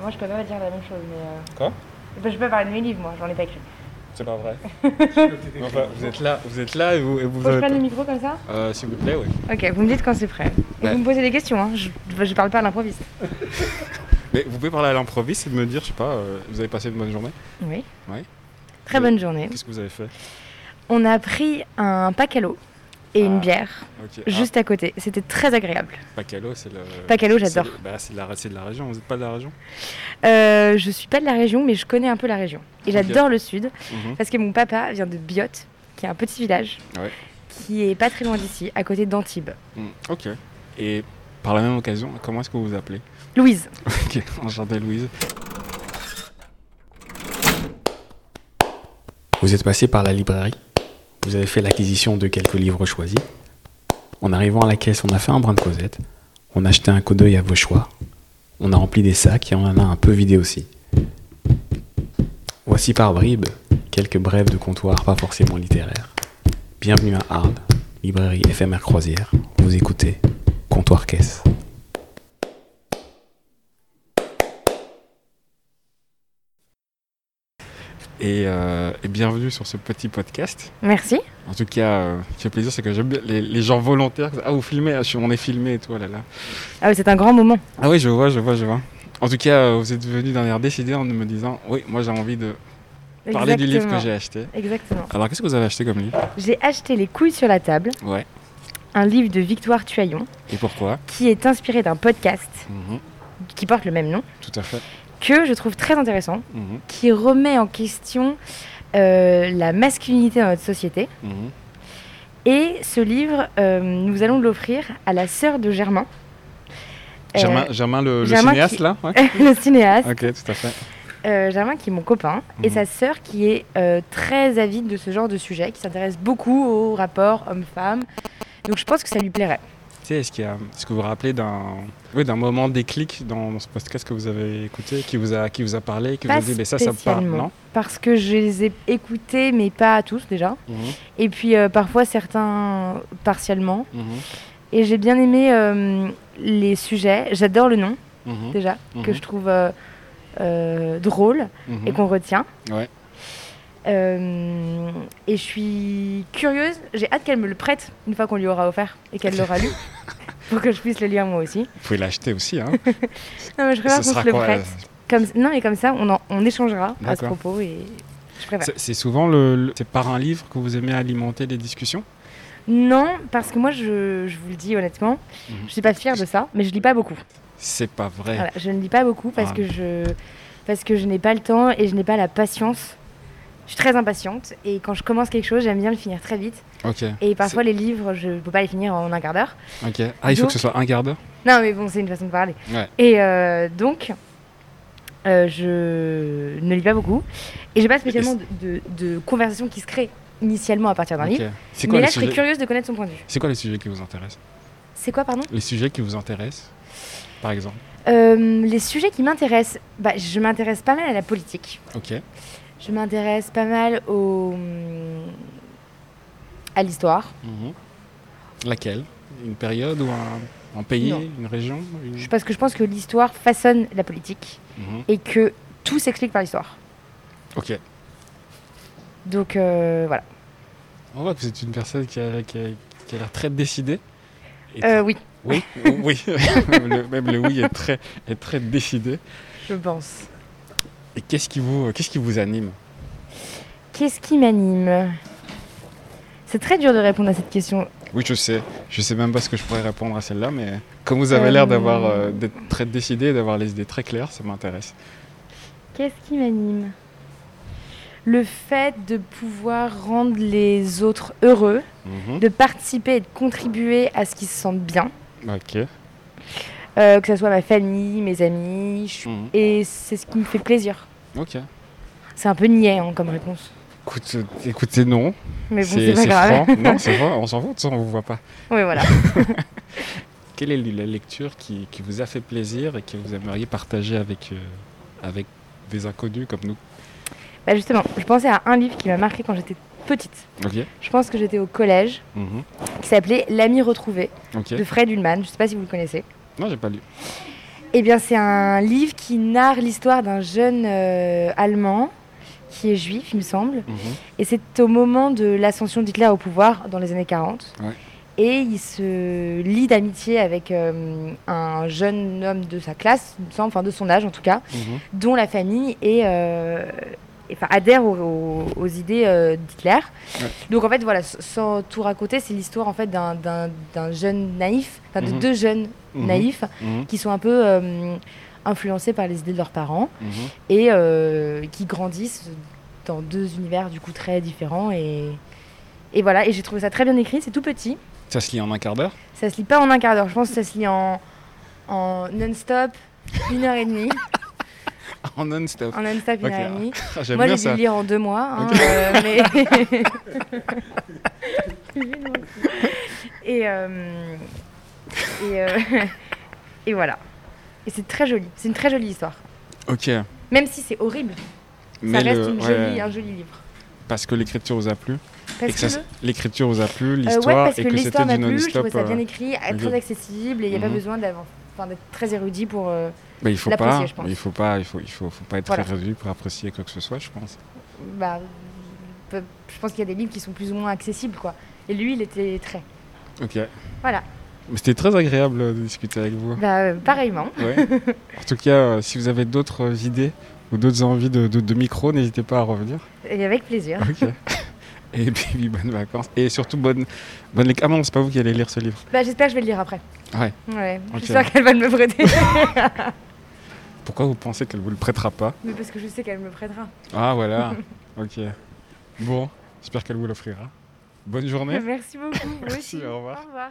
Moi, je peux pas dire la même chose, mais. euh, Quoi bah, Je peux parler de mes livres, moi, j'en ai pas écrit. C'est pas vrai. Mais Enfin, vous êtes là, vous êtes là et vous, et vous Faut que je avez- prenne le micro comme ça Euh, S'il vous plaît, oui. Ok, vous me dites quand c'est prêt. Et Ouais. Vous me posez des questions, hein. je, je parle pas à l'improviste. Mais vous pouvez parler à l'improviste et me dire, je sais pas, euh, vous avez passé une bonne journée Oui. Ouais. Très bonne journée. Qu'est-ce que vous avez fait On a pris un pacalo et une Ah. bière Ok. ah, juste à côté. C'était très agréable. Pacalo, c'est le. Pacalo, j'adore. c'est- Bah, c'est de, la... c'est de la région, vous n'êtes pas de la région Euh, je suis pas de la région, mais je connais un peu la région. Et Ok. j'adore le sud Mhm. parce que mon papa vient de Biote, qui est un petit village Ouais. qui est pas très loin d'ici, à côté d'Antibes. Mm, Ok. Et par la même occasion, comment est-ce que vous vous appelez Louise, Ok, enchanté Louise. Vous êtes passé par la librairie, vous avez fait l'acquisition de quelques livres choisis. En arrivant à la caisse, on a fait un brin de causette, on a acheté un coup d'œil à vos choix, on a rempli des sacs et on en a un peu vidé aussi. Voici par bribes quelques brèves de comptoir pas forcément littéraires. Bienvenue à Arles, librairie éphémère croisière, vous écoutez Comptoir Caisse. Et, euh, et bienvenue sur ce petit podcast. merci. En tout cas, euh, ce qui fait plaisir, c'est que j'aime bien les, les gens volontaires. Ah, vous filmez, ah, je suis- on est filmé et tout, oh là là. Ah oui, c'est un grand moment. Ah oui, je vois, je vois, je vois. En tout cas, euh, vous êtes venu d'un air décidé en me disant Oui, moi j'ai envie de parler du livre que j'ai acheté. Exactement. Alors, qu'est-ce que vous avez acheté comme livre J'ai acheté Les couilles sur la table, Ouais. un livre de Victoire Tuaillon, Et pourquoi qui est inspiré d'un podcast qui porte le même nom, Mhm. Tout à fait. que je trouve très intéressant, Mhm, qui remet en question euh, la masculinité dans notre société. mhm. Et ce livre, euh, nous allons l'offrir à la sœur de Germain. Euh, Germain, Germain le, le Germain cinéaste, qui- là ouais le cinéaste. Ok, tout à fait. Euh, Germain qui est mon copain et Mhm. sa sœur qui est euh, très avide de ce genre de sujet, qui s'intéresse beaucoup au rapport homme-femme. Donc je pense que ça lui plairait. Tu sais, est-ce, qu'il y a- est-ce que vous vous rappelez d'un, oui, d'un moment déclic dans ce podcast que vous avez écouté, qui vous a, qui vous a parlé, qui vous Pas a dit Mais ça, ça me parle, spécialement. non Parce que je les ai écoutés, mais pas tous déjà. Mhm, Et puis euh, parfois certains euh, partiellement. mhm, Et j'ai bien aimé euh, les sujets. J'adore le nom mhm, déjà, que mhm, je trouve euh, euh, drôle mhm. et qu'on retient. Ouais. Euh, et je suis curieuse, j'ai hâte qu'elle me le prête une fois qu'on lui aura offert et qu'elle l'aura lu, pour que je puisse le lire moi aussi. Vous pouvez l'acheter aussi. Hein. Non, mais je préfère Ça qu'on se sera le quoi, prête. euh, Comme, non, mais comme ça, on, en- on échangera à ce D'accord. propos et je préfère. c'est, c'est souvent le, le- c'est par un livre que vous aimez alimenter les discussions Non, parce que moi, je, je vous le dis honnêtement, Mhm. je suis pas fière de ça, mais je lis pas beaucoup. C'est pas vrai. Voilà, je ne lis pas beaucoup parce Ah. que je parce que je n'ai pas le temps et je n'ai pas la patience. Je suis très impatiente et quand je commence quelque chose, j'aime bien le finir très vite. Ok. Et parfois, les livres, je ne peux pas les finir en un quart d'heure. Ok. Ah, il faut Donc- que ce soit un quart d'heure Non, mais bon, c'est une façon de parler. Ouais. Et euh, donc, euh, je ne lis pas beaucoup. Et j'ai pas spécialement de, de, de conversation qui se crée initialement à partir d'un Ok. livre. C'est mais quoi, là, les je serais sujets... curieuse de connaître son point de vue. c'est quoi les sujets qui vous intéressent C'est quoi, pardon Les sujets qui vous intéressent, par exemple Euh, Les sujets qui m'intéressent. Bah, je m'intéresse pas mal à la politique. Ok. Je m'intéresse pas mal au... à l'histoire. Mhm. Laquelle Une période ou un, un pays Non. Une région une- Je- Parce que je pense que l'histoire façonne la politique Mhm. et que tout s'explique par l'histoire. Ok. Donc euh, voilà. On voit que vous êtes une personne qui a, qui a, qui a l'air très décidée. Et Euh, oui, Oui, oui. même, le, même le oui est très, est très décidé. je pense. Et qu'est-ce qui vous, qu'est-ce qui vous anime Qu'est-ce qui m'anime C'est très dur de répondre à cette question. Oui, je sais. Je sais même pas ce que je pourrais répondre à celle-là, mais comme vous avez l'air d'avoir euh, d'être très décidé, et d'avoir les idées très claires, ça m'intéresse. Qu'est-ce qui m'anime Le fait de pouvoir rendre les autres heureux, Mhm. de participer et de contribuer à ce qu'ils se sentent bien, Ok. Euh, que ce soit ma famille, mes amis, je- Mhm. et c'est ce qui me fait plaisir. Ok. C'est un peu niais hein, comme réponse. Écoute, euh, écoutez, non. Mais bon, c'est pas grave. franc. Non, c'est vrai, on s'en fout, de ça, on vous voit pas. Oui, voilà. Quelle est la lecture qui, qui vous a fait plaisir et que vous aimeriez partager avec, euh, avec des inconnus comme nous Bah, justement, je pensais à un livre qui m'a marqué quand j'étais petite. Ok. Je pense que j'étais au collège, Mhm. qui s'appelait L'ami retrouvé Ok. de Fred Ullman. Je sais pas si vous le connaissez. Non, j'ai pas lu. Eh bien, c'est un livre qui narre l'histoire d'un jeune euh, Allemand qui est juif, il me semble. Mhm. Et c'est au moment de l'ascension d'Hitler au pouvoir, dans les années 40. Ouais. Et il se lie d'amitié avec euh, un jeune homme de sa classe, il me semble, enfin de son âge en tout cas, Mhm. dont la famille est, euh, et- enfin, adhère aux, aux- aux idées euh, d'Hitler. Ouais. Donc en fait, voilà, s- sans tout raconter, c'est l'histoire en fait d'un- d'un d'un jeune naïf, enfin de Mhm. deux jeunes Mhm. naïfs Mhm. qui sont un peu euh, influencés par les idées de leurs parents Mhm. et euh, qui grandissent dans deux univers du coup très différents et, et voilà et j'ai trouvé ça très bien écrit c'est tout petit Ça se lit en un quart d'heure ça se lit pas en un quart d'heure je pense que ça se lit en, en non-stop une heure et demie En non-stop. en non-stop une Ok, heure et demie Oh Ah, J'aime moi j'ai bien dû ça. le lire en deux mois hein, Ok. euh, mais et euh, et, euh, et voilà et c'est très joli c'est une très jolie histoire Ok. même si c'est horrible Mais ça reste le- une ouais, jolie, un joli livre Parce que l'écriture vous a plu Parce et que ça que s- L'écriture vous a plu, Euh, l'histoire, ouais, parce et que que l'histoire c'était m'a du plu, je non-stop. trouvais ça bien euh, écrit, euh, ok. très accessible, et il n'y a Mhm. pas besoin d'avoir- enfin, d'être très érudit pour... euh, bah, il faut l'apprécier, pas, je pense. il faut pas, il faut, il faut, faut pas être Voilà. très réduit pour apprécier quoi que ce soit, je pense. bah, peu- je pense qu'il y a des livres qui sont plus ou moins accessibles, quoi. Et lui, il était très... Ok. Voilà. Mais c'était très agréable euh, de discuter avec vous. Bah, euh, pareillement. Ouais. en tout cas, euh, si vous avez d'autres euh, idées ou d'autres envies de, de, de micro, n'hésitez pas à revenir. Et avec plaisir. Ok. et puis bonnes vacances et surtout bonne bonne lec- Ah non, c'est pas vous qui allez lire ce livre. Bah, j'espère que je vais le lire après. Ouais. Ouais. Ok. J'espère qu'elle va me le prêter. Pourquoi vous pensez qu'elle vous le prêtera pas Mais parce que je sais qu'elle me le prêtera. Ah voilà. ok. Bon, j'espère qu'elle vous l'offrira. Bonne journée. Merci beaucoup. vous Merci, aussi. au revoir. Au revoir.